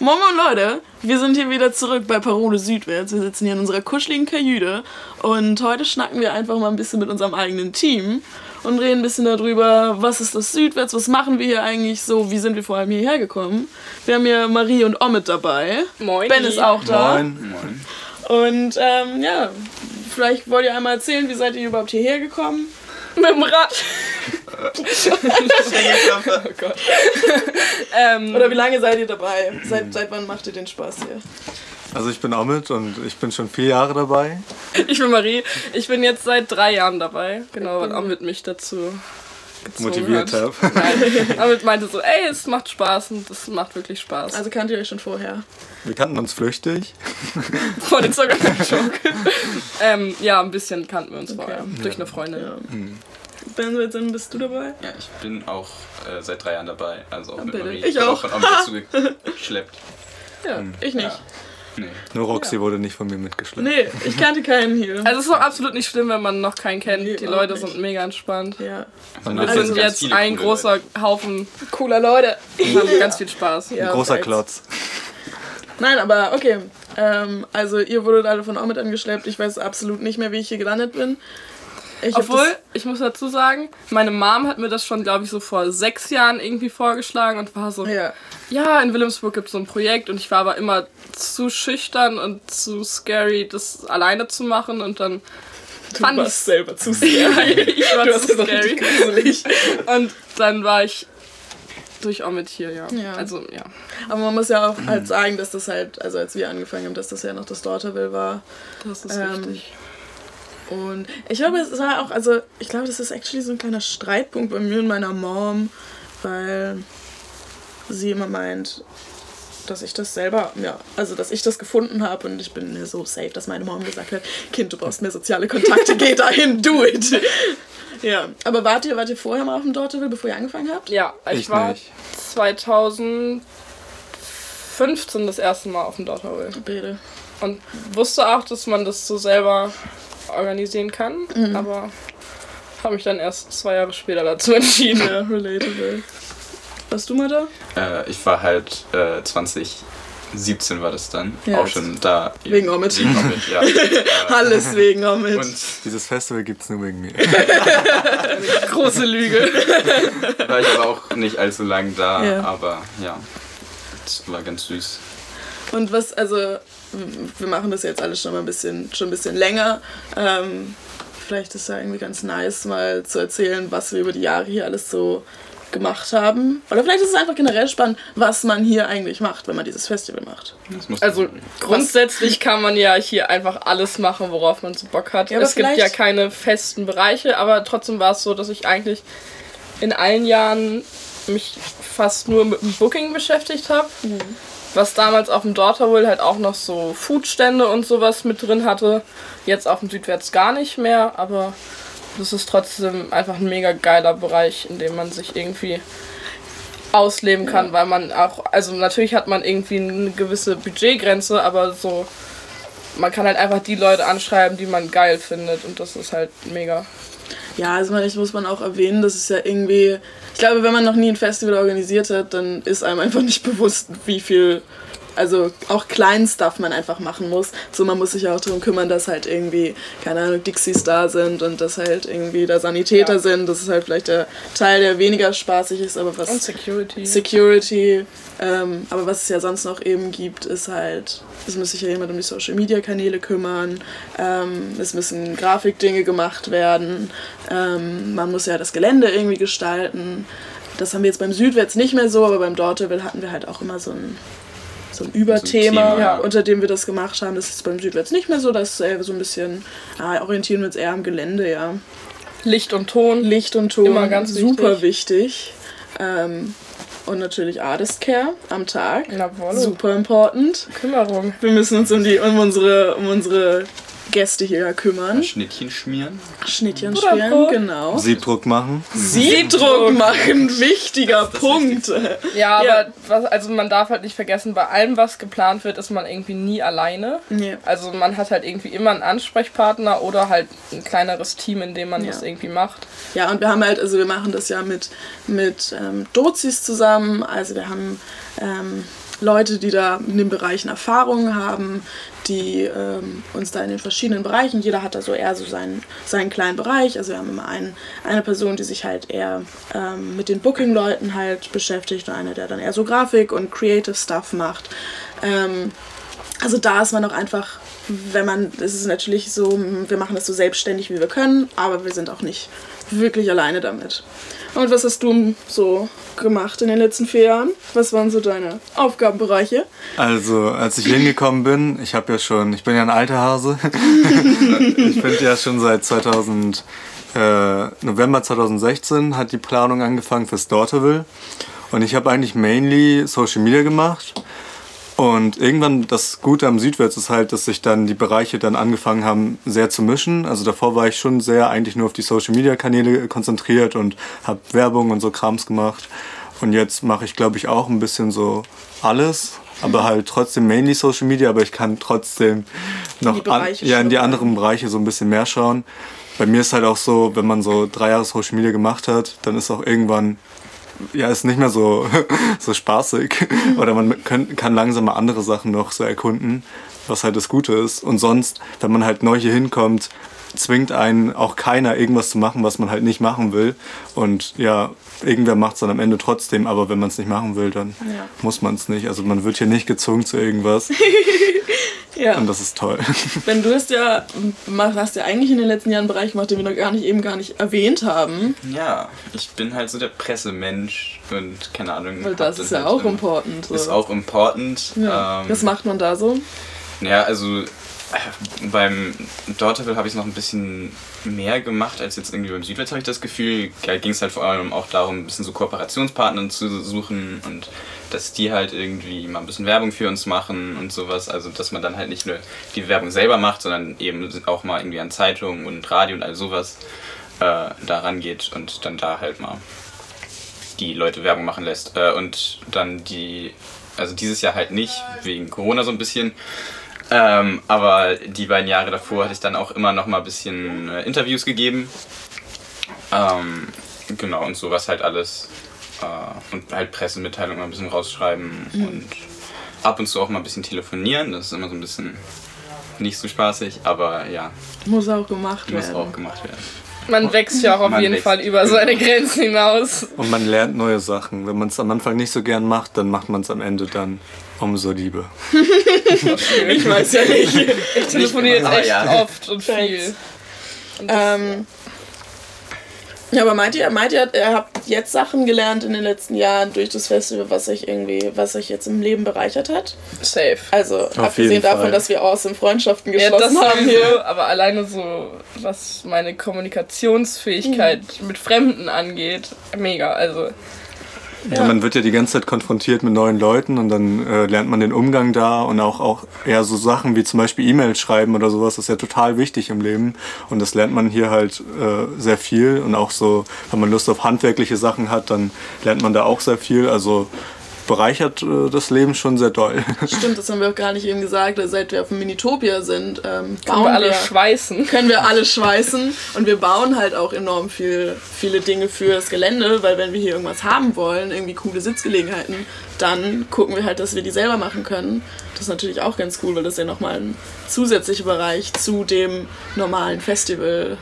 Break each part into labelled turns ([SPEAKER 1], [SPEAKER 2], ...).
[SPEAKER 1] Moin Moin Leute, wir sind hier wieder zurück bei Parole Südwärts. Wir sitzen hier in unserer kuscheligen Kajüte und heute schnacken wir einfach mal ein bisschen mit unserem eigenen Team und reden ein bisschen darüber, was ist das Südwärts, was machen wir hier eigentlich so, wie sind wir vor allem hierher gekommen. Wir haben hier Marie und Omid dabei.
[SPEAKER 2] Moin.
[SPEAKER 1] Ben ist auch da.
[SPEAKER 3] Moin. Moin.
[SPEAKER 1] Und ähm, ja, vielleicht wollt ihr einmal erzählen, wie seid ihr überhaupt hierher gekommen?
[SPEAKER 2] Mit dem Rad. ähm,
[SPEAKER 1] Oder wie lange seid ihr dabei? Seit, seit wann macht ihr den Spaß hier?
[SPEAKER 3] Also ich bin Omid und ich bin schon vier Jahre dabei.
[SPEAKER 2] ich bin Marie. Ich bin jetzt seit drei Jahren dabei. Genau, weil Amit mich dazu gezogen
[SPEAKER 3] Motiviert
[SPEAKER 2] hat.
[SPEAKER 3] habe.
[SPEAKER 2] Nein. Amit meinte so, ey, es macht Spaß und das macht wirklich Spaß. Also
[SPEAKER 1] Also kannt ihr euch schon vorher?
[SPEAKER 3] Wir kannten uns flüchtig.
[SPEAKER 2] vor den Instagram-Joke. ähm, ja, ein bisschen kannten wir uns vorher.
[SPEAKER 1] Okay.
[SPEAKER 2] Durch eine Freundin.
[SPEAKER 1] Ja. Ben, seit wann bist du dabei?
[SPEAKER 4] Ja, ich bin auch äh, seit drei Jahren dabei, also auch mit
[SPEAKER 1] bitte.
[SPEAKER 4] Marie.
[SPEAKER 1] Ich
[SPEAKER 4] bin
[SPEAKER 1] auch.
[SPEAKER 4] von Omid zugeschleppt.
[SPEAKER 1] Ja, ich nicht.
[SPEAKER 4] Ja. Nee.
[SPEAKER 3] Nur Roxy wurde nicht von mir mitgeschleppt.
[SPEAKER 1] Nee, ich kannte keinen hier.
[SPEAKER 2] Also es ist auch absolut nicht schlimm, wenn man noch keinen kennt.
[SPEAKER 1] Nee,
[SPEAKER 2] Die
[SPEAKER 1] überhaupt
[SPEAKER 2] Leute
[SPEAKER 1] nicht.
[SPEAKER 2] sind mega entspannt.
[SPEAKER 1] ja.
[SPEAKER 4] Und
[SPEAKER 2] Wir
[SPEAKER 4] das
[SPEAKER 2] sind
[SPEAKER 4] Also ganz
[SPEAKER 2] jetzt
[SPEAKER 4] viele
[SPEAKER 2] ein
[SPEAKER 4] coole
[SPEAKER 2] großer
[SPEAKER 4] Leute.
[SPEAKER 2] Haufen
[SPEAKER 1] Cooler Leute.
[SPEAKER 2] und haben ganz viel Spaß.
[SPEAKER 1] Ja,
[SPEAKER 3] Ein großer
[SPEAKER 1] thanks.
[SPEAKER 3] Klotz.
[SPEAKER 1] Nein, aber okay. Ähm, also ihr wurdet alle von Omid angeschleppt. Ich weiß absolut nicht mehr, wie ich hier gelandet bin. Ich hab
[SPEAKER 2] Obwohl, ich muss dazu sagen, meine Mom hat mir das schon, glaube ich, so vor sechs Jahren irgendwie vorgeschlagen und war so,
[SPEAKER 1] Das, ja.
[SPEAKER 2] ja, in Wilhelmsburg gibt es so ein Projekt und ich war aber immer zu schüchtern und zu scary, das alleine zu machen und dann fand ich
[SPEAKER 1] selber zu
[SPEAKER 2] ja, ich war zu scary
[SPEAKER 1] gruselig.
[SPEAKER 2] und dann war ich durch Omid hier, ja.
[SPEAKER 1] Ja.
[SPEAKER 2] Also, ja.
[SPEAKER 1] Aber man muss ja auch halt sagen, dass das halt, also als wir angefangen haben, dass das ja noch das Daughterville war.
[SPEAKER 2] Das ist
[SPEAKER 1] Ähm,
[SPEAKER 2] richtig.
[SPEAKER 1] Und ich glaube, es war auch, also ich glaube, das ist actually so ein kleiner Streitpunkt bei mir und meiner Mom, weil sie immer meint, dass ich das selber, ja, also dass ich das gefunden habe und ich bin mir so safe, dass meine Mom gesagt hat, Kind, du brauchst mehr soziale Kontakte, geh dahin, do it. ja, aber wart ihr, wart ihr vorher mal auf dem Dorteville, bevor ihr angefangen habt?
[SPEAKER 2] Ja, ich,
[SPEAKER 3] Ich
[SPEAKER 2] war
[SPEAKER 3] nicht.
[SPEAKER 2] 2015 das erste Mal auf dem Daughterwheel.
[SPEAKER 1] Rede.
[SPEAKER 2] Und wusste auch, dass man das so selber organisieren kann,
[SPEAKER 1] Mhm.
[SPEAKER 2] aber habe mich dann erst zwei Jahre später dazu entschieden.
[SPEAKER 1] Ja, relatable. Warst du mal da?
[SPEAKER 4] Äh, ich war halt äh, 2017 war das dann.
[SPEAKER 1] Ja.
[SPEAKER 4] Auch schon da.
[SPEAKER 1] Wegen Omid.
[SPEAKER 4] Wegen Omid, ja.
[SPEAKER 1] Alles wegen Omid.
[SPEAKER 4] Und
[SPEAKER 3] Dieses Festival gibt's nur wegen mir.
[SPEAKER 2] Große Lüge.
[SPEAKER 4] war ich aber auch nicht allzu lang da,
[SPEAKER 1] Ja.
[SPEAKER 4] aber ja. Das war ganz süß.
[SPEAKER 1] Und was, also, w- wir machen das jetzt alles schon mal ein bisschen, schon ein bisschen länger. Ähm, vielleicht ist ja irgendwie ganz nice, mal zu erzählen, was wir über die Jahre hier alles so gemacht haben. Oder vielleicht ist es einfach generell spannend, was man hier eigentlich macht, wenn man dieses Festival macht.
[SPEAKER 4] Das musste-
[SPEAKER 2] Also grundsätzlich kann man ja hier einfach alles machen, worauf man so Bock hat.
[SPEAKER 1] Ja, aber
[SPEAKER 2] es gibt ja
[SPEAKER 1] vielleicht-
[SPEAKER 2] keine festen Bereiche, aber trotzdem war es so, dass ich eigentlich in allen Jahren mich fast nur mit dem Booking beschäftigt habe.
[SPEAKER 1] Mhm.
[SPEAKER 2] Was damals auf dem Daughterwill halt auch noch so Foodstände und sowas mit drin hatte. Jetzt auf dem Südwärts gar nicht mehr, aber das ist trotzdem einfach ein mega geiler Bereich, in dem man sich irgendwie ausleben kann, weil man auch, also natürlich hat man irgendwie eine gewisse Budgetgrenze, aber so, man kann halt einfach die Leute anschreiben, die man geil findet und das ist halt mega.
[SPEAKER 1] Ja, also manchmal muss man auch erwähnen, das ist ja irgendwie. Ich glaube, wenn man noch nie ein Festival organisiert hat, dann ist einem einfach nicht bewusst, wie viel. Also auch kleinen Stuff man einfach machen muss. So, man muss sich ja auch darum kümmern, dass halt irgendwie, keine Ahnung, Dixies da sind und dass halt irgendwie da Sanitäter
[SPEAKER 2] Ja.
[SPEAKER 1] sind. Das ist halt vielleicht der Teil, der weniger spaßig ist, aber was.
[SPEAKER 2] Und Security.
[SPEAKER 1] Security. Ähm, aber was es ja sonst noch eben gibt, ist halt, es muss sich ja jemand um die Social Media Kanäle kümmern, ähm, es müssen Grafikdinge gemacht werden, ähm, man muss ja das Gelände irgendwie gestalten. Das haben wir jetzt beim Südwärts nicht mehr so, aber beim Dorteville hatten wir halt auch immer so ein, so ein Überthema,
[SPEAKER 4] Thema, ja.
[SPEAKER 1] unter dem wir das gemacht haben. Das ist beim Südwärts nicht mehr so, dass äh, so ein bisschen ah, orientieren wir uns eher am Gelände, ja.
[SPEAKER 2] Licht und Ton.
[SPEAKER 1] Licht und Ton
[SPEAKER 2] Immer ganz
[SPEAKER 1] super wichtig. Ähm, und natürlich Artist Care am Tag.
[SPEAKER 2] Na, wolle.
[SPEAKER 1] Super important.
[SPEAKER 2] Kümmerung.
[SPEAKER 1] Wir müssen uns um die um unsere um unsere Gäste hier kümmern.
[SPEAKER 4] Schnittchen schmieren.
[SPEAKER 1] Schnittchen schweren,
[SPEAKER 2] Puderbrot.
[SPEAKER 1] genau.
[SPEAKER 3] Siebdruck machen.
[SPEAKER 1] Siebdruck machen, wichtiger
[SPEAKER 4] das
[SPEAKER 1] Punkt. Ja.
[SPEAKER 2] Ja, aber was, also man darf halt nicht vergessen, bei allem, was geplant wird, ist man irgendwie nie alleine.
[SPEAKER 1] Nee.
[SPEAKER 2] Also man hat halt irgendwie immer einen Ansprechpartner oder halt ein kleineres Team, in dem man
[SPEAKER 1] Ja.
[SPEAKER 2] das irgendwie macht.
[SPEAKER 1] Ja, und wir haben halt, also wir machen das ja mit, mit ähm, Dozis zusammen. Also wir haben ähm, Leute, die da in den Bereichen Erfahrungen haben, die ähm, uns da in den verschiedenen Bereichen, jeder hat da so eher so seinen, seinen kleinen Bereich. Also wir haben immer einen, eine Person, die sich halt eher ähm, mit den Booking-Leuten halt beschäftigt und eine, der dann eher so Grafik und Creative Stuff macht. Ähm, also da ist man auch einfach, wenn man, es ist natürlich so, wir machen das so selbstständig wie wir können, aber wir sind auch nicht wirklich alleine damit. Und was hast du so gemacht in den letzten vier Jahren? Was waren so deine Aufgabenbereiche?
[SPEAKER 3] Also, als ich hier hingekommen bin, ich habe ja schon, ich bin ja ein alter Hase. ich bin ja schon seit 2000, äh, November 2016 hat die Planung angefangen fürs Dorteville. Und ich habe eigentlich mainly Social Media gemacht. Und irgendwann, das Gute am Südwärts ist halt, dass sich dann die Bereiche dann angefangen haben, sehr zu mischen. Also davor war ich schon sehr eigentlich nur auf die Social-Media-Kanäle konzentriert und habe Werbung und so Krams gemacht. Und jetzt mache ich, glaube ich, auch ein bisschen so alles, aber halt trotzdem mainly Social Media, aber ich kann trotzdem noch
[SPEAKER 1] die
[SPEAKER 3] an,
[SPEAKER 1] Bereiche
[SPEAKER 3] ja, in die
[SPEAKER 1] schauen.
[SPEAKER 3] anderen Bereiche so ein bisschen mehr schauen. Bei mir ist halt auch so, wenn man so drei Jahre Social Media gemacht hat, dann ist auch irgendwann ja, ist nicht mehr so, so spaßig.
[SPEAKER 1] Mhm.
[SPEAKER 3] Oder man könnt, kann langsam mal andere Sachen noch so erkunden, was halt das Gute ist. Und sonst, wenn man halt neu hier hinkommt, zwingt einen auch keiner irgendwas zu machen, was man halt nicht machen will. Und ja, irgendwer macht es dann am Ende trotzdem, aber wenn man es nicht machen will, dann
[SPEAKER 1] Ja.
[SPEAKER 3] muss man es nicht. Also man wird hier nicht gezwungen zu irgendwas
[SPEAKER 1] Ja.
[SPEAKER 3] und das ist toll.
[SPEAKER 1] Wenn du es ja, mach- hast ja eigentlich in den letzten Jahren einen Bereich gemacht, den wir noch gar nicht eben gar nicht erwähnt
[SPEAKER 4] Mhm.
[SPEAKER 1] haben,
[SPEAKER 4] Ja, ich bin halt so der Pressemensch und keine Ahnung.
[SPEAKER 1] weil
[SPEAKER 4] hab
[SPEAKER 1] das
[SPEAKER 4] dann
[SPEAKER 1] ist ja
[SPEAKER 4] halt
[SPEAKER 1] auch
[SPEAKER 4] immer-
[SPEAKER 1] important. So.
[SPEAKER 4] Ist auch important.
[SPEAKER 1] ja.
[SPEAKER 4] ähm,
[SPEAKER 1] Was macht man da so?
[SPEAKER 4] Ja, also äh, beim Dorteville habe ich es noch ein bisschen mehr gemacht als jetzt irgendwie beim Südwärts, habe ich das Gefühl. Da ging es halt vor allem auch darum, ein bisschen so Kooperationspartner zu suchen und dass die halt irgendwie mal ein bisschen Werbung für uns machen und sowas. Also, dass man dann halt nicht nur die Werbung selber macht, sondern eben auch mal irgendwie an Zeitungen und Radio und all sowas äh, da rangeht und dann da halt mal die Leute Werbung machen lässt. Äh, und dann die, also dieses Jahr halt nicht, wegen Corona so ein bisschen. Ähm, aber die beiden Jahre davor hatte ich dann auch immer noch mal ein bisschen äh, Interviews gegeben. Ähm, genau, und sowas halt alles. Äh, und halt Pressemitteilungen mal ein bisschen rausschreiben
[SPEAKER 2] Mhm.
[SPEAKER 4] und ab und zu auch mal ein bisschen telefonieren. Das ist immer so ein bisschen nicht so spaßig, aber ja,
[SPEAKER 1] Muss auch gemacht
[SPEAKER 4] muss
[SPEAKER 1] werden.
[SPEAKER 4] auch gemacht werden.
[SPEAKER 2] Man wächst ja auch auf
[SPEAKER 4] Man
[SPEAKER 2] jeden
[SPEAKER 4] wächst.
[SPEAKER 2] Fall über seine Grenzen hinaus.
[SPEAKER 3] Und man lernt neue Sachen. Wenn man es am Anfang nicht so gern macht, dann macht man es am Ende dann umso lieber.
[SPEAKER 1] Ich weiß ja nicht.
[SPEAKER 2] Ich telefoniere jetzt
[SPEAKER 4] aber
[SPEAKER 2] echt
[SPEAKER 4] ja.
[SPEAKER 2] oft und viel. Und das-
[SPEAKER 1] Ähm, ja, aber meint ihr, meint ihr, ihr habt jetzt Sachen gelernt in den letzten Jahren durch das Festival, was euch irgendwie, was euch jetzt im Leben bereichert hat?
[SPEAKER 2] safe.
[SPEAKER 1] Also abgesehen
[SPEAKER 3] jeden
[SPEAKER 1] davon,
[SPEAKER 3] Fall.
[SPEAKER 1] dass wir awesome Freundschaften
[SPEAKER 2] Ja, das
[SPEAKER 1] geschlossen haben
[SPEAKER 2] haben
[SPEAKER 1] hier.
[SPEAKER 2] wir, aber alleine so, was meine Kommunikationsfähigkeit
[SPEAKER 1] Mhm.
[SPEAKER 2] mit Fremden angeht, mega. Also,
[SPEAKER 3] Ja. man wird ja die ganze Zeit konfrontiert mit neuen Leuten und dann äh, lernt man den Umgang da und auch, auch eher so Sachen wie zum Beispiel E-Mails schreiben oder sowas, das ist ja total wichtig im Leben und das lernt man hier halt äh, sehr viel und auch so, wenn man Lust auf handwerkliche Sachen hat, dann lernt man da auch sehr viel, also bereichert äh, das Leben schon sehr doll.
[SPEAKER 1] Stimmt, das haben wir auch gar nicht eben gesagt, seit wir auf dem Minitopia sind, ähm,
[SPEAKER 2] können
[SPEAKER 1] bauen
[SPEAKER 2] wir alle
[SPEAKER 1] wir
[SPEAKER 2] schweißen.
[SPEAKER 1] können wir alle schweißen und wir bauen halt auch enorm viel, viele Dinge für das Gelände, weil wenn wir hier irgendwas haben wollen, irgendwie coole Sitzgelegenheiten, dann gucken wir halt, dass wir die selber machen können. Das ist natürlich auch ganz cool, weil das ja nochmal ein zusätzlicher Bereich zu dem normalen Festival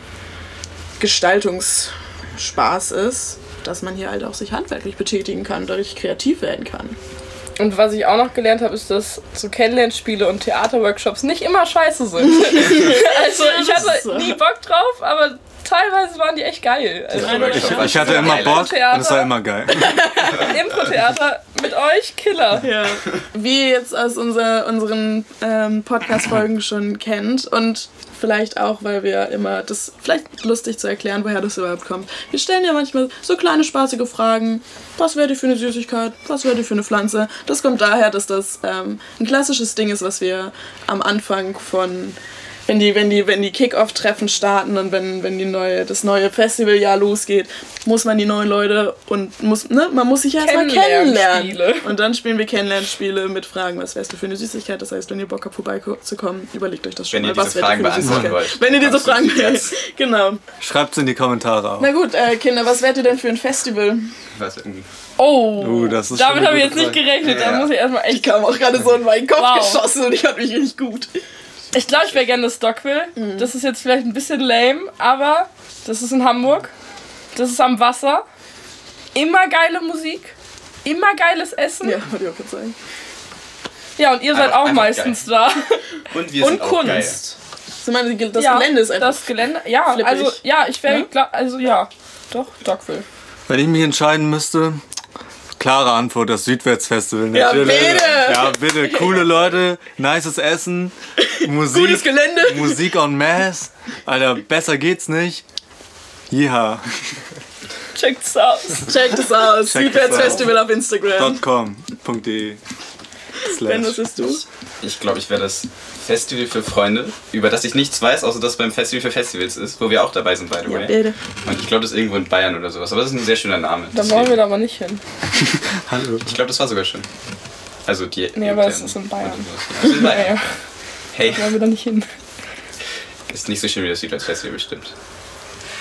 [SPEAKER 1] Gestaltungsspaß ist, dass man hier halt auch sich handwerklich betätigen kann, dadurch kreativ werden kann.
[SPEAKER 2] Und was ich auch noch gelernt habe, ist, dass so Kennenlernspiele und Theaterworkshops nicht immer scheiße sind. also, ich hatte nie Bock drauf, aber teilweise waren die echt geil. Also,
[SPEAKER 3] Ich,
[SPEAKER 4] Ich-
[SPEAKER 3] ich hatte immer Bock und es war immer geil.
[SPEAKER 2] Impro-Theater mit euch, Killer.
[SPEAKER 1] Ja. Wie ihr jetzt aus unser, unseren ähm, Podcast-Folgen schon kennt und vielleicht auch, weil wir immer das vielleicht lustig zu erklären, woher das überhaupt kommt. Wir stellen ja manchmal so kleine spaßige Fragen. Was wäre die für eine Süßigkeit? Was wäre die für eine Pflanze? Das kommt daher, dass das ähm, ein klassisches Ding ist, was wir am Anfang von wenn die, wenn die, wenn die Kick-Off-Treffen starten und wenn, wenn die neue, das neue Festivaljahr losgeht, muss man die neuen Leute und muss, ne, man muss sich ja erstmal kennenlernen.
[SPEAKER 2] Kennenlernspiele.
[SPEAKER 1] Und dann spielen wir Kennenlernspiele mit Fragen, was wärst du für eine Süßigkeit? Das heißt, wenn ihr Bock habt, vorbeizukommen, überlegt euch das schon
[SPEAKER 4] Wenn ihr
[SPEAKER 1] mal.
[SPEAKER 4] diese
[SPEAKER 1] was wärt
[SPEAKER 4] Fragen
[SPEAKER 1] ihr für eine
[SPEAKER 4] beantworten
[SPEAKER 1] Süßigkeit?
[SPEAKER 4] wollt,
[SPEAKER 1] Wenn ihr diese
[SPEAKER 4] kannst du
[SPEAKER 1] Fragen
[SPEAKER 4] sie jetzt.
[SPEAKER 1] Genau.
[SPEAKER 3] Schreibt's in die Kommentare
[SPEAKER 1] Na
[SPEAKER 3] auch.
[SPEAKER 1] gut, äh, Kinder, was wärt ihr denn für ein Festival?
[SPEAKER 4] Was irgendwie.
[SPEAKER 2] Oh,
[SPEAKER 3] Uh, das ist schon
[SPEAKER 2] damit
[SPEAKER 3] eine
[SPEAKER 2] habe ich jetzt
[SPEAKER 3] gute
[SPEAKER 2] nicht
[SPEAKER 3] Frage.
[SPEAKER 2] gerechnet. Da
[SPEAKER 4] Ja.
[SPEAKER 2] muss ich erstmal
[SPEAKER 1] Ich
[SPEAKER 2] echt.
[SPEAKER 1] kam auch gerade so in meinen Kopf
[SPEAKER 2] Wow.
[SPEAKER 1] geschossen und ich fand mich richtig gut.
[SPEAKER 2] Ich glaube, ich wäre gerne Stockville.
[SPEAKER 1] Mhm.
[SPEAKER 2] Das ist jetzt vielleicht ein bisschen lame, aber das ist in Hamburg. Das ist am Wasser. Immer geile Musik. Immer geiles Essen.
[SPEAKER 1] Ja,
[SPEAKER 2] Ja,
[SPEAKER 1] wollte ich auch gerade sagen.
[SPEAKER 2] und ihr seid
[SPEAKER 4] Einfach-
[SPEAKER 2] auch
[SPEAKER 4] einfach
[SPEAKER 2] meistens
[SPEAKER 4] Und wir
[SPEAKER 2] da. Und
[SPEAKER 4] sind auch geil.
[SPEAKER 2] Kunst.
[SPEAKER 1] Ich meine, die- das
[SPEAKER 2] ja,
[SPEAKER 1] Gelände ist einfach.
[SPEAKER 2] Das Gelände, ja.
[SPEAKER 1] flippig.
[SPEAKER 2] Also, ja, ich wäre,
[SPEAKER 1] Ne?
[SPEAKER 2] also ja. Doch, Stockville.
[SPEAKER 3] Wenn ich mich entscheiden müsste, klare Antwort, das Südwärtsfestival.
[SPEAKER 1] Ja,
[SPEAKER 3] natürlich.
[SPEAKER 1] bitte.
[SPEAKER 3] Ja, bitte. Coole Leute, nices Essen, Musik.
[SPEAKER 1] Gutes Gelände.
[SPEAKER 3] Musik en masse. Alter, besser geht's nicht. Jeha.
[SPEAKER 2] Checkt's aus.
[SPEAKER 1] Checkt es aus.
[SPEAKER 3] Checkt es
[SPEAKER 1] Südwärts
[SPEAKER 3] aus.
[SPEAKER 1] Festival auf Instagram.
[SPEAKER 3] .com.de
[SPEAKER 1] Ben, was
[SPEAKER 3] Slash.
[SPEAKER 1] bist du?
[SPEAKER 4] Ich glaube, ich wäre das Festival für Freunde, über das ich nichts weiß, außer dass es beim Festival für Festivals ist, wo wir auch dabei sind, by the way.
[SPEAKER 1] Bede.
[SPEAKER 4] Und ich glaube, das ist irgendwo in Bayern oder sowas. Aber das ist ein sehr schöner Name.
[SPEAKER 2] Dann wollen wir
[SPEAKER 4] Deswegen-
[SPEAKER 2] da mal nicht hin.
[SPEAKER 3] Hallo.
[SPEAKER 4] Ich glaube, das war sogar schön. Also die.
[SPEAKER 2] Nee, aber es ist in Bayern.
[SPEAKER 4] Das ist in Bayern.
[SPEAKER 2] Naja,
[SPEAKER 4] Hey,
[SPEAKER 2] wollen wir da nicht hin.
[SPEAKER 4] ist nicht so schön wie das Südwestfestival bestimmt.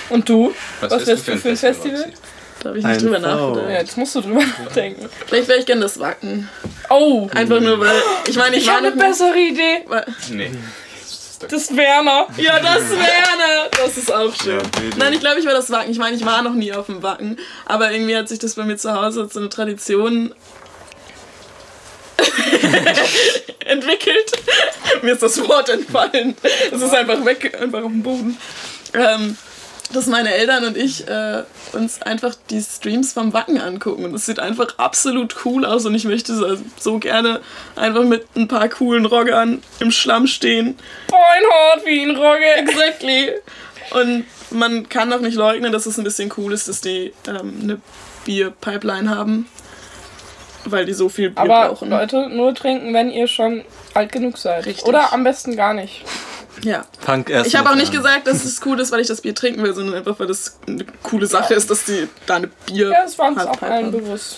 [SPEAKER 2] Und du?
[SPEAKER 4] Was,
[SPEAKER 2] Was wärst du für ein Festival?
[SPEAKER 4] Roxy?
[SPEAKER 1] Da habe ich nicht
[SPEAKER 3] Ein
[SPEAKER 1] drüber
[SPEAKER 3] V.
[SPEAKER 2] Ja,
[SPEAKER 1] nachgedacht.
[SPEAKER 2] jetzt musst du drüber nachdenken.
[SPEAKER 1] Vielleicht wäre ich gern das Wacken.
[SPEAKER 2] Oh,
[SPEAKER 1] Einfach nur, weil. Ich meine, ich,
[SPEAKER 2] ich
[SPEAKER 1] war
[SPEAKER 2] habe eine
[SPEAKER 1] noch nie-
[SPEAKER 2] bessere Idee.
[SPEAKER 4] Nee. Das ist doch-
[SPEAKER 2] Das ist Werner.
[SPEAKER 1] Ja, das wäre. Das ist auch schön.
[SPEAKER 3] Ja, bitte.
[SPEAKER 1] Nein, ich glaube, ich war das Wacken. Ich meine, ich war noch nie auf dem Wacken. Aber irgendwie hat sich das bei mir zu Hause als so eine Tradition entwickelt. mir ist das Wort entfallen. Es ist einfach weg, einfach auf dem Boden. Ähm, dass meine Eltern und ich äh, uns einfach die Streams vom Wacken angucken. Und es sieht einfach absolut cool aus. Und ich möchte so, so gerne einfach mit ein paar coolen Roggern im Schlamm stehen.
[SPEAKER 2] Beinhard wie ein Rogge.
[SPEAKER 1] Exactly. Und man kann doch nicht leugnen, dass es ein bisschen cool ist, dass die ähm, eine Bierpipeline haben. Weil die so viel Bier
[SPEAKER 2] Aber
[SPEAKER 1] brauchen.
[SPEAKER 2] Leute, nur trinken, wenn ihr schon alt genug seid.
[SPEAKER 1] Richtig.
[SPEAKER 2] Oder am besten gar nicht.
[SPEAKER 1] Ja.
[SPEAKER 3] Fang erst
[SPEAKER 1] Ich habe
[SPEAKER 3] mal
[SPEAKER 1] auch nicht
[SPEAKER 3] an.
[SPEAKER 1] gesagt, dass es cool ist, weil ich das Bier trinken will, sondern einfach, weil das eine coole Sache ist, dass die da eine Bier.
[SPEAKER 2] Ja, das war uns auch
[SPEAKER 1] Halbpipe
[SPEAKER 2] allen
[SPEAKER 1] haben.
[SPEAKER 2] bewusst.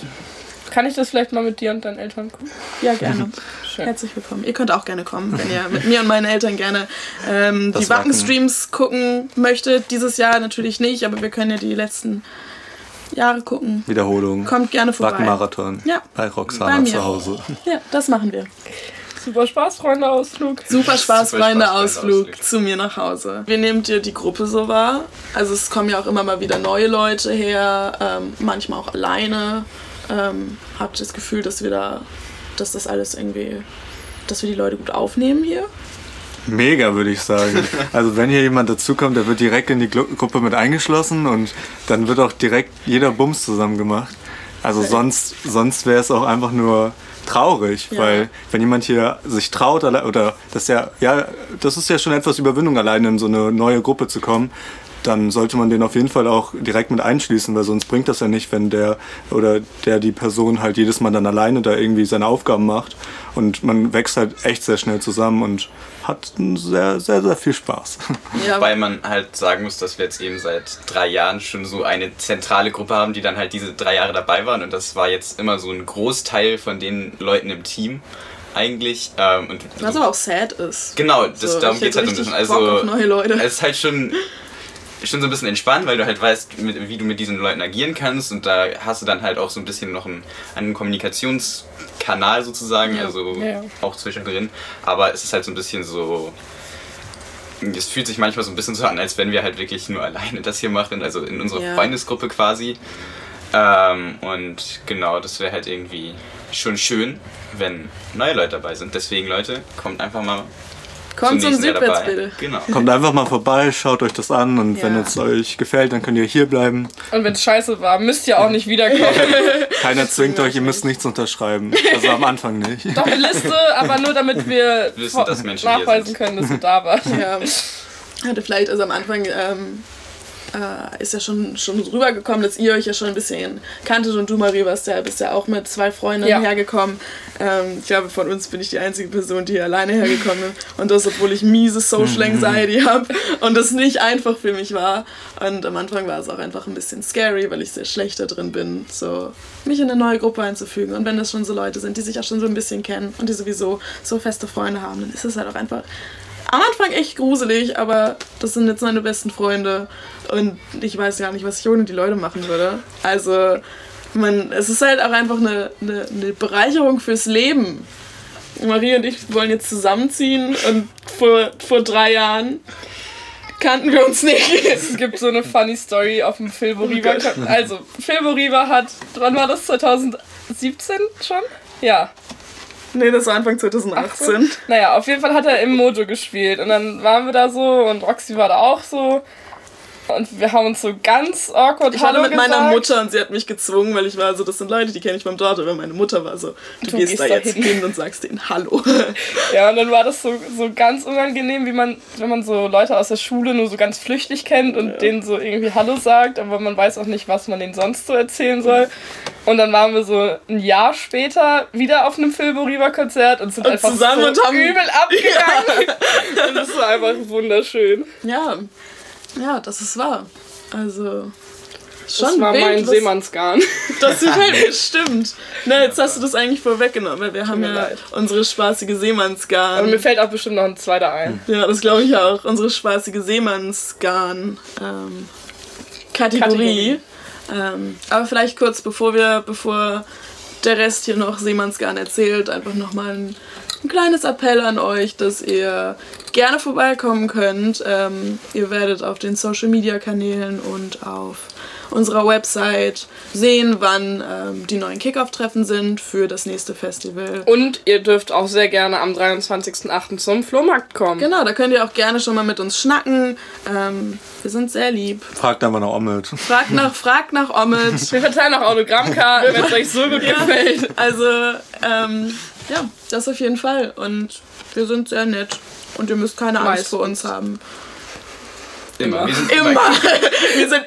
[SPEAKER 2] Kann ich das vielleicht mal mit dir und deinen Eltern gucken?
[SPEAKER 1] Ja, gerne.
[SPEAKER 2] Schön.
[SPEAKER 1] Herzlich willkommen. Ihr könnt auch gerne kommen, wenn ihr mit mir und meinen Eltern gerne ähm, die
[SPEAKER 3] Das Wacken.
[SPEAKER 1] Wacken-Streams gucken möchtet. Dieses Jahr natürlich nicht, aber wir können ja die letzten Jahre gucken.
[SPEAKER 3] Wiederholung.
[SPEAKER 1] Kommt gerne vorbei.
[SPEAKER 3] Wackenmarathon.
[SPEAKER 1] Ja.
[SPEAKER 3] Bei
[SPEAKER 1] Bei
[SPEAKER 3] Roxana
[SPEAKER 1] mir.
[SPEAKER 3] zu Hause.
[SPEAKER 1] Ja, das machen wir.
[SPEAKER 2] Super Spaß, Freunde, Ausflug.
[SPEAKER 1] Super Spaß,
[SPEAKER 4] Super
[SPEAKER 1] Freunde,
[SPEAKER 4] Spaß,
[SPEAKER 1] Ausflug
[SPEAKER 4] Freunde, Ausflug.
[SPEAKER 1] zu mir nach Hause. Wie nehmt ihr die Gruppe so wahr? Also es kommen ja auch immer mal wieder neue Leute her, ähm, manchmal auch alleine. Ähm, habt ihr das Gefühl, dass wir da, dass das alles irgendwie, dass wir die Leute gut aufnehmen hier?
[SPEAKER 3] Mega, würde ich sagen. Also wenn hier jemand dazukommt, der wird direkt in die Glu- Gruppe mit eingeschlossen und dann wird auch direkt jeder Bums zusammen gemacht. Also sonst, sonst wäre es auch einfach nur traurig,
[SPEAKER 1] Ja.
[SPEAKER 3] weil wenn jemand hier sich traut, alle- oder das ist ja, ja, das ist ja schon etwas Überwindung, alleine in so eine neue Gruppe zu kommen, dann sollte man den auf jeden Fall auch direkt mit einschließen, weil sonst bringt das ja nicht, wenn der oder der die Person halt jedes Mal dann alleine da irgendwie seine Aufgaben macht. Und man wächst halt echt sehr schnell zusammen und hat einen sehr, sehr, sehr viel Spaß.
[SPEAKER 1] Ja,
[SPEAKER 4] Wobei man halt sagen muss, dass wir jetzt eben seit drei Jahren schon so eine zentrale Gruppe haben, die dann halt diese drei Jahre dabei waren. Und das war jetzt immer so ein Großteil von den Leuten im Team eigentlich. Ähm, und
[SPEAKER 1] was
[SPEAKER 4] so-
[SPEAKER 1] aber auch sad ist.
[SPEAKER 4] Genau, das,
[SPEAKER 1] So,
[SPEAKER 4] darum
[SPEAKER 1] ich
[SPEAKER 4] geht es
[SPEAKER 1] hätte
[SPEAKER 4] halt so ein
[SPEAKER 1] richtig
[SPEAKER 4] bisschen.
[SPEAKER 1] Bock
[SPEAKER 4] Also,
[SPEAKER 1] auf neue Leute.
[SPEAKER 4] es ist halt schon, schon so ein bisschen entspannt, weil du halt weißt, mit, wie du mit diesen Leuten agieren kannst und da hast du dann halt auch so ein bisschen noch einen, einen Kommunikationskanal sozusagen, also
[SPEAKER 2] ja, ja.
[SPEAKER 4] auch zwischendrin. Aber es ist halt so ein bisschen so. Es fühlt sich manchmal so ein bisschen so an, als wenn wir halt wirklich nur alleine das hier machen, also in unserer
[SPEAKER 1] Ja.
[SPEAKER 4] Freundesgruppe quasi. Ähm, und genau, das wäre halt irgendwie schon schön, wenn neue Leute dabei sind. Deswegen, Leute, kommt einfach mal
[SPEAKER 1] Kommt zum
[SPEAKER 4] nächsten Jahr
[SPEAKER 1] Südwärts
[SPEAKER 4] dabei.
[SPEAKER 1] bitte.
[SPEAKER 4] Genau.
[SPEAKER 3] Kommt einfach mal vorbei, schaut euch das an und wenn
[SPEAKER 1] Ja.
[SPEAKER 3] es euch gefällt, dann könnt ihr hier bleiben.
[SPEAKER 2] Und wenn es scheiße war, müsst ihr auch nicht wiederkommen.
[SPEAKER 3] Keiner zwingt euch, ihr müsst nichts unterschreiben. Also am Anfang nicht.
[SPEAKER 2] Doch eine Liste, aber nur damit wir
[SPEAKER 4] Wissen,
[SPEAKER 2] vor-
[SPEAKER 4] dass Menschen hier
[SPEAKER 2] nachweisen
[SPEAKER 4] sind.
[SPEAKER 2] können, dass du da warst.
[SPEAKER 1] Ja. Hatte vielleicht also am Anfang ähm, äh, ist ja schon, schon rübergekommen, dass ihr euch ja schon ein bisschen kanntet und du, Marie, warst ja, bist ja auch mit zwei Freundinnen
[SPEAKER 2] Ja.
[SPEAKER 1] hergekommen. Ähm, ich glaube, von uns bin ich die einzige Person, die hier alleine hergekommen ist. Und das, obwohl ich miese Social Anxiety habe und das nicht einfach für mich war. Und am Anfang war es auch einfach ein bisschen scary, weil ich sehr schlecht da drin bin, so mich in eine neue Gruppe einzufügen. Und wenn das schon so Leute sind, die sich auch schon so ein bisschen kennen und die sowieso so feste Freunde haben, dann ist es halt auch einfach am Anfang echt gruselig, aber das sind jetzt meine besten Freunde und ich weiß gar nicht, was ich ohne die Leute machen würde. Also, man, es ist halt auch einfach eine, eine, eine Bereicherung fürs Leben. Marie und ich wollen jetzt zusammenziehen und vor, vor drei Jahren kannten wir uns nicht.
[SPEAKER 2] Es gibt so eine funny Story auf dem Filbo Riva. Also, Filbo Riva hat, wann war das? 2017 schon? Ja.
[SPEAKER 1] nee, das war Anfang 2018.
[SPEAKER 2] Naja, auf jeden Fall hat er im Mojo gespielt. Und dann waren wir da so und Roxy war da auch so. Und wir haben uns so ganz awkward
[SPEAKER 1] Ich war da mit
[SPEAKER 2] gesagt.
[SPEAKER 1] meiner Mutter und sie hat mich gezwungen, weil ich war so, das sind Leute, die kenne ich beim Dort, aber meine Mutter war so, du, gehst, da jetzt hin. und sagst denen Hallo.
[SPEAKER 2] Ja, und dann war das so, so ganz unangenehm, wie man, wenn man so Leute aus der Schule nur so ganz flüchtig kennt und denen so irgendwie Hallo sagt, aber man weiß auch nicht, was man denen sonst so erzählen soll. Und dann waren wir so ein Jahr später wieder auf einem Filbo Riva Konzert und sind
[SPEAKER 1] Und
[SPEAKER 2] einfach
[SPEAKER 1] zusammen
[SPEAKER 2] so
[SPEAKER 1] und haben-
[SPEAKER 2] übel abgegangen. Und das war einfach wunderschön.
[SPEAKER 1] Ja, ja, das ist wahr. Also schon
[SPEAKER 2] Das war
[SPEAKER 1] wild,
[SPEAKER 2] mein
[SPEAKER 1] was-
[SPEAKER 2] Seemannsgarn.
[SPEAKER 1] Das gefällt mir stimmt. Na, jetzt hast du das eigentlich vorweggenommen, weil wir haben
[SPEAKER 2] mir
[SPEAKER 1] ja
[SPEAKER 2] leid.
[SPEAKER 1] unsere spaßige
[SPEAKER 2] Und Also mir
[SPEAKER 1] Seemannsgarn.
[SPEAKER 2] fällt auch bestimmt noch ein zweiter ein.
[SPEAKER 1] Ja, das glaube ich auch. Unsere spaßige Seemannsgarn ähm, Kategorie.
[SPEAKER 2] Kategorie.
[SPEAKER 1] Ähm, aber vielleicht kurz, bevor wir, bevor der Rest hier noch Seemannsgarn erzählt, einfach nochmal ein, ein kleines Appell an euch, dass ihr gerne vorbeikommen könnt. Ähm, ihr werdet auf den Social Media Kanälen und auf unserer Website sehen, wann ähm, die neuen Kickoff-Treffen sind für das nächste Festival.
[SPEAKER 2] Und ihr dürft auch sehr gerne am 23.08. zum Flohmarkt kommen.
[SPEAKER 1] Genau, da könnt ihr auch gerne schon mal mit uns schnacken. Ähm, wir sind sehr lieb.
[SPEAKER 3] Fragt einfach nach Omelette.
[SPEAKER 1] Fragt nach, fragt nach Omid.
[SPEAKER 2] Wir verteilen auch Autogrammkarten, wenn es euch so gut gefällt.
[SPEAKER 1] Also, ähm, ja, das auf jeden Fall. Und wir sind sehr nett. Und ihr müsst keine Angst vor uns haben.
[SPEAKER 4] Immer. Wir sind
[SPEAKER 1] Immer. Wir sind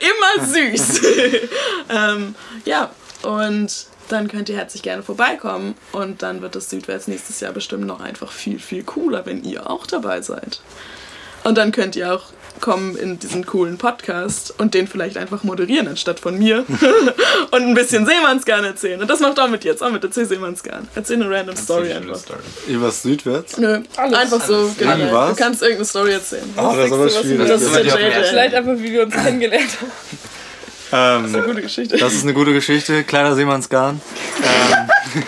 [SPEAKER 1] immer süß. ähm, ja, und dann könnt ihr herzlich gerne vorbeikommen. Und dann wird das Südwärts nächstes Jahr bestimmt noch einfach viel, viel cooler, wenn ihr auch dabei seid. Und dann könnt ihr auch kommen in diesen coolen Podcast und den vielleicht einfach moderieren anstatt von mir. und ein bisschen Seemannsgarn erzählen. Und das macht auch mit jetzt. Auch mit erzähl Seemannsgarn. Erzähl eine random Story
[SPEAKER 4] Schöne
[SPEAKER 1] einfach.
[SPEAKER 4] Story.
[SPEAKER 3] Übers Südwärts.
[SPEAKER 1] Nö,
[SPEAKER 2] Alles.
[SPEAKER 1] einfach so. generell. Du
[SPEAKER 3] was?
[SPEAKER 1] kannst irgendeine Story erzählen.
[SPEAKER 3] Oh, das ist aber schwierig.
[SPEAKER 1] Das ist der
[SPEAKER 4] Ja,
[SPEAKER 1] JJ.
[SPEAKER 2] Vielleicht einfach, wie wir uns kennengelernt haben.
[SPEAKER 3] Ähm,
[SPEAKER 1] Gute Geschichte.
[SPEAKER 3] Das ist eine gute Geschichte, kleiner Seemannsgarn. Ähm,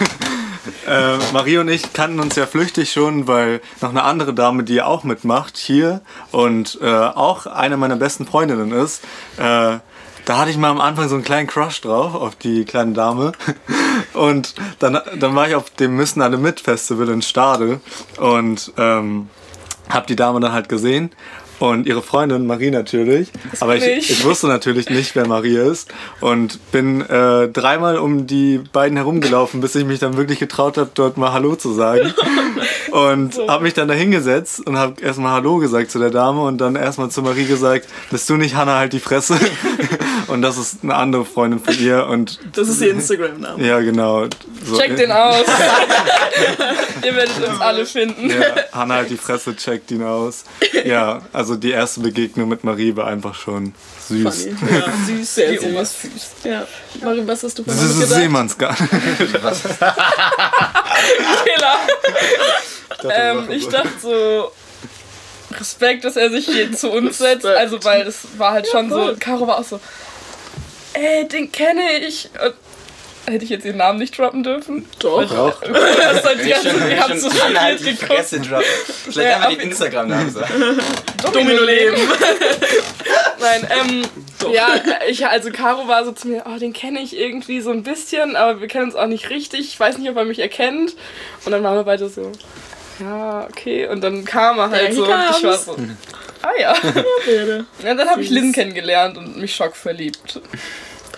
[SPEAKER 3] äh, Marie und ich kannten uns ja flüchtig schon, weil noch eine andere Dame, die auch mitmacht hier und äh, auch eine meiner besten Freundinnen ist, äh, da hatte ich mal am Anfang so einen kleinen Crush drauf auf die kleine Dame. Und dann, dann war ich auf dem Müssen alle mit Festival in Stade und ähm, habe die Dame dann halt gesehen. Und ihre Freundin, Marie natürlich. Aber ich,
[SPEAKER 2] bin ich.
[SPEAKER 3] ich wusste natürlich nicht, wer Marie ist. Und bin äh, dreimal um die beiden herumgelaufen, bis ich mich dann wirklich getraut habe, dort mal Hallo zu sagen. Und habe mich dann da hingesetzt und habe erstmal Hallo gesagt zu der Dame und dann erstmal zu Marie gesagt, bist du nicht Hanna, halt die Fresse. und das ist eine andere Freundin von ihr. Und
[SPEAKER 1] Das ist ihr Instagram-Name.
[SPEAKER 3] ja, genau. So,
[SPEAKER 2] Checkt den aus. Ihr werdet uns alle finden.
[SPEAKER 3] Ja, Hanna halt die Fresse, checkt ihn aus. Ja, also die erste Begegnung mit Marie war einfach schon süß.
[SPEAKER 1] Funny. Ja.
[SPEAKER 2] Süß, sehr
[SPEAKER 1] Die Oma
[SPEAKER 2] süß.
[SPEAKER 1] Ja, Marin, was hast du von
[SPEAKER 3] Das ist
[SPEAKER 1] uns
[SPEAKER 3] ein
[SPEAKER 1] gedacht?
[SPEAKER 3] Seemannsgarn.
[SPEAKER 2] Killer. Ähm,
[SPEAKER 3] machen
[SPEAKER 2] ich dachte so. Respekt, dass er sich hier zu uns setzt. Also, weil das war halt schon so. Caro war auch so. Ey, den kenne ich. Und hätte ich jetzt ihren Namen nicht droppen dürfen?
[SPEAKER 1] Doch.
[SPEAKER 3] Auch.
[SPEAKER 2] Das hat die ganze,
[SPEAKER 4] Schon-
[SPEAKER 2] ihr habt so
[SPEAKER 4] schon Anna hat
[SPEAKER 2] schockiert
[SPEAKER 4] die
[SPEAKER 2] geguckt.
[SPEAKER 4] Fresse droppen. Vielleicht
[SPEAKER 2] Ja,
[SPEAKER 4] einfach
[SPEAKER 2] auf-
[SPEAKER 4] den Instagram-Namen sagen.
[SPEAKER 2] Domino leben. Nein, ähm, ja, ich, also Caro war so zu mir, oh, den kenne ich irgendwie so ein bisschen, aber wir kennen uns auch nicht richtig. Ich weiß nicht, ob er mich erkennt. Und dann waren wir beide so, ja, okay. Und dann kam er
[SPEAKER 1] Ja,
[SPEAKER 2] halt
[SPEAKER 1] he
[SPEAKER 2] so und ich war
[SPEAKER 1] comes.
[SPEAKER 2] so, ah ja.
[SPEAKER 1] Rede.
[SPEAKER 2] Und dann habe ich
[SPEAKER 1] Süß.
[SPEAKER 2] Lynn kennengelernt und mich schockverliebt.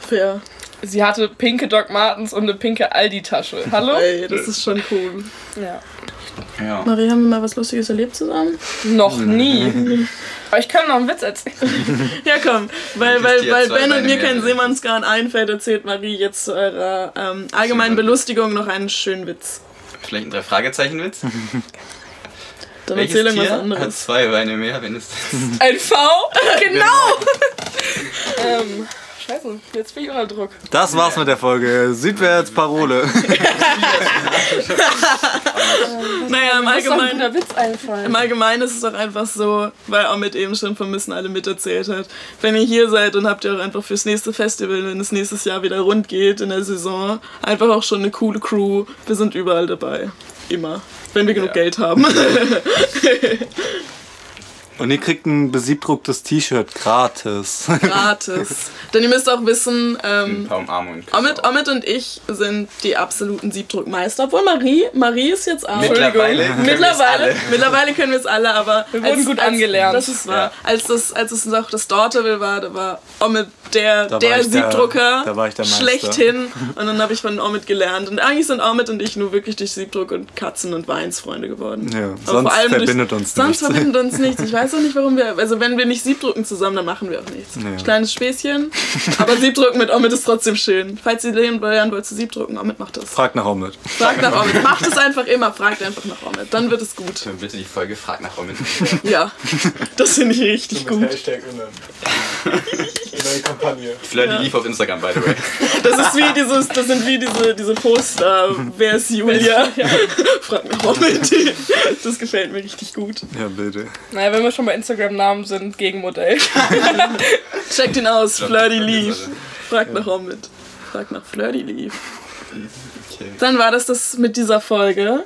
[SPEAKER 1] Fair.
[SPEAKER 2] Sie hatte
[SPEAKER 1] Oh.
[SPEAKER 2] pinke Doc Martens und eine pinke Aldi-Tasche. Hallo?
[SPEAKER 1] Ey, das ist schon cool.
[SPEAKER 2] Ja.
[SPEAKER 4] Ja.
[SPEAKER 1] Marie, haben wir mal was Lustiges erlebt zusammen?
[SPEAKER 2] Noch nie. Aber ich kann noch einen Witz erzählen.
[SPEAKER 1] Ja, komm. Weil,
[SPEAKER 4] Wisst
[SPEAKER 1] weil,
[SPEAKER 4] ihr
[SPEAKER 1] weil
[SPEAKER 4] zwei
[SPEAKER 1] Ben und
[SPEAKER 4] meine
[SPEAKER 1] mir kein
[SPEAKER 4] Mehrheit?
[SPEAKER 1] Seemannsgarn einfällt, erzählt Marie jetzt zu eurer ähm, allgemeinen
[SPEAKER 4] Schönen Witz.
[SPEAKER 1] Belustigung noch einen schönen Witz.
[SPEAKER 4] Vielleicht ein Drei-Fragezeichen-Witz?
[SPEAKER 1] Dann Mhm. erzähl
[SPEAKER 4] Welches
[SPEAKER 1] irgendwas
[SPEAKER 4] Tier hat
[SPEAKER 1] anderes.
[SPEAKER 4] zwei Beine mehr, wenn es
[SPEAKER 2] Ein V? Genau! ähm, scheiße, jetzt bin ich unter Druck.
[SPEAKER 3] Das war's mit der Folge. Südwärts Parole.
[SPEAKER 1] Naja, im
[SPEAKER 2] Muss doch ein
[SPEAKER 1] Allgemeinen.
[SPEAKER 2] guter Witz einfallen.
[SPEAKER 1] Im Allgemeinen ist es doch einfach so, weil Omid eben schon von Missen alle miterzählt hat. Wenn ihr hier seid und habt ihr auch einfach fürs nächste Festival, wenn es nächstes Jahr wieder rund geht in der Saison, einfach auch schon eine coole Crew. Wir sind überall dabei. Immer. Wenn wir genug
[SPEAKER 4] Ja.
[SPEAKER 1] Geld haben.
[SPEAKER 3] Und ihr kriegt ein besiebdrucktes T-Shirt gratis.
[SPEAKER 1] Gratis. Denn ihr müsst auch wissen, ähm,
[SPEAKER 4] ein paar Umarmungen kriegt.
[SPEAKER 1] Omid, Omid und ich sind die absoluten Siebdruckmeister. Obwohl Marie, Marie ist jetzt auch.
[SPEAKER 4] Mittlerweile können wir es
[SPEAKER 1] Mittlerweile,
[SPEAKER 4] alle.
[SPEAKER 1] mittlerweile können wir es alle, aber wir
[SPEAKER 2] wurden gut angelernt.
[SPEAKER 1] Als, das ist wahr.
[SPEAKER 4] Ja.
[SPEAKER 1] Als das, als es noch das Dorteville war, da war Omid der,
[SPEAKER 3] war
[SPEAKER 1] der
[SPEAKER 3] ich der-
[SPEAKER 1] Siebdrucker
[SPEAKER 3] da war ich der Meister.
[SPEAKER 1] schlechthin. Und dann habe ich von Omid gelernt. Und eigentlich sind Omid und ich nur wirklich durch Siebdruck und Katzen und Weinsfreunde geworden.
[SPEAKER 3] Ja,
[SPEAKER 1] Aber
[SPEAKER 3] sonst verbindet uns
[SPEAKER 1] Sonst
[SPEAKER 3] nichts.
[SPEAKER 1] verbindet uns nichts. Ich weiß auch nicht, warum wir. Also wenn wir nicht Siebdrucken zusammen, dann machen wir auch nichts.
[SPEAKER 3] Ja.
[SPEAKER 1] Kleines Späßchen. Aber Siebdrucken mit Omid ist trotzdem schön. Falls ihr lernen wollt zu Siebdrucken, Omid macht das.
[SPEAKER 3] Fragt nach Omid.
[SPEAKER 1] Fragt nach Omid. Macht es einfach immer. Fragt einfach nach Omid. Dann wird es gut.
[SPEAKER 4] Dann bitte die Folge fragt nach Robin.
[SPEAKER 1] Ja. Das finde ich richtig
[SPEAKER 5] Mit
[SPEAKER 1] gut.
[SPEAKER 5] Hashtag innen. Neue Kampagne.
[SPEAKER 4] Flirty lief auf Instagram, by the way.
[SPEAKER 1] Das ist wie dieses, das sind wie diese, diese Poster. Wer ist Julia? Fragt nach Omid. Das gefällt mir richtig gut.
[SPEAKER 3] Ja, bitte.
[SPEAKER 2] Naja, wenn wir schon bei Instagram-Namen sind, Gegenmodell.
[SPEAKER 1] Checkt ihn aus. Flirty Leaf.
[SPEAKER 4] Also,
[SPEAKER 1] Fragt nach Omid. Fragt nach Flirty Leaf.
[SPEAKER 4] Okay.
[SPEAKER 1] Dann war das das mit dieser Folge.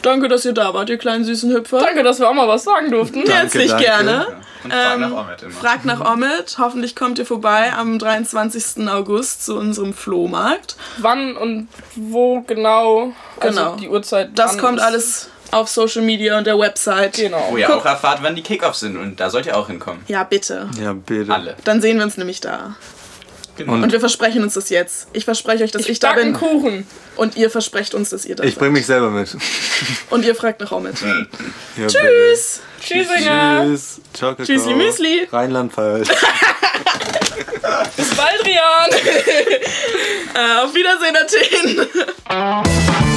[SPEAKER 1] Danke, dass ihr da wart, ihr kleinen süßen Hüpfer.
[SPEAKER 2] Danke, dass wir auch mal was sagen durften.
[SPEAKER 3] Danke,
[SPEAKER 1] Herzlich
[SPEAKER 3] danke.
[SPEAKER 1] gerne.
[SPEAKER 4] Und fragt
[SPEAKER 1] Ähm,
[SPEAKER 4] nach Omid immer.
[SPEAKER 1] Fragt nach Omid. Hoffentlich kommt ihr vorbei am 23. August zu unserem Flohmarkt.
[SPEAKER 2] Wann und wo genau?
[SPEAKER 1] Genau.
[SPEAKER 2] Also die Uhrzeit.
[SPEAKER 1] Das
[SPEAKER 2] wann
[SPEAKER 1] kommt
[SPEAKER 2] ist-
[SPEAKER 1] alles auf Social Media und der Website.
[SPEAKER 2] Genau.
[SPEAKER 4] Wo ihr auch erfahrt, wann die Kickoffs sind und da sollt ihr auch hinkommen.
[SPEAKER 1] Ja, bitte.
[SPEAKER 3] Ja, bitte.
[SPEAKER 4] Alle.
[SPEAKER 1] Dann sehen wir uns nämlich da.
[SPEAKER 4] Genau.
[SPEAKER 1] Und wir versprechen uns das jetzt. Ich verspreche euch, dass ich,
[SPEAKER 2] Ich
[SPEAKER 1] da
[SPEAKER 2] backe
[SPEAKER 1] bin.
[SPEAKER 2] einen Kuchen.
[SPEAKER 1] Und ihr versprecht uns, dass ihr da
[SPEAKER 3] Ich
[SPEAKER 1] seid.
[SPEAKER 3] bring mich selber mit.
[SPEAKER 1] Und ihr fragt nach Omid.
[SPEAKER 3] Ja,
[SPEAKER 1] Tschüss.
[SPEAKER 2] Tschüssinger.
[SPEAKER 3] Bitte. Tschüss. Ciao, Kakao.
[SPEAKER 1] Tschüssi, Müsli.
[SPEAKER 3] Rheinland-Pfalz.
[SPEAKER 2] Bis bald, Rian.
[SPEAKER 1] Äh, auf Wiedersehen, Athen.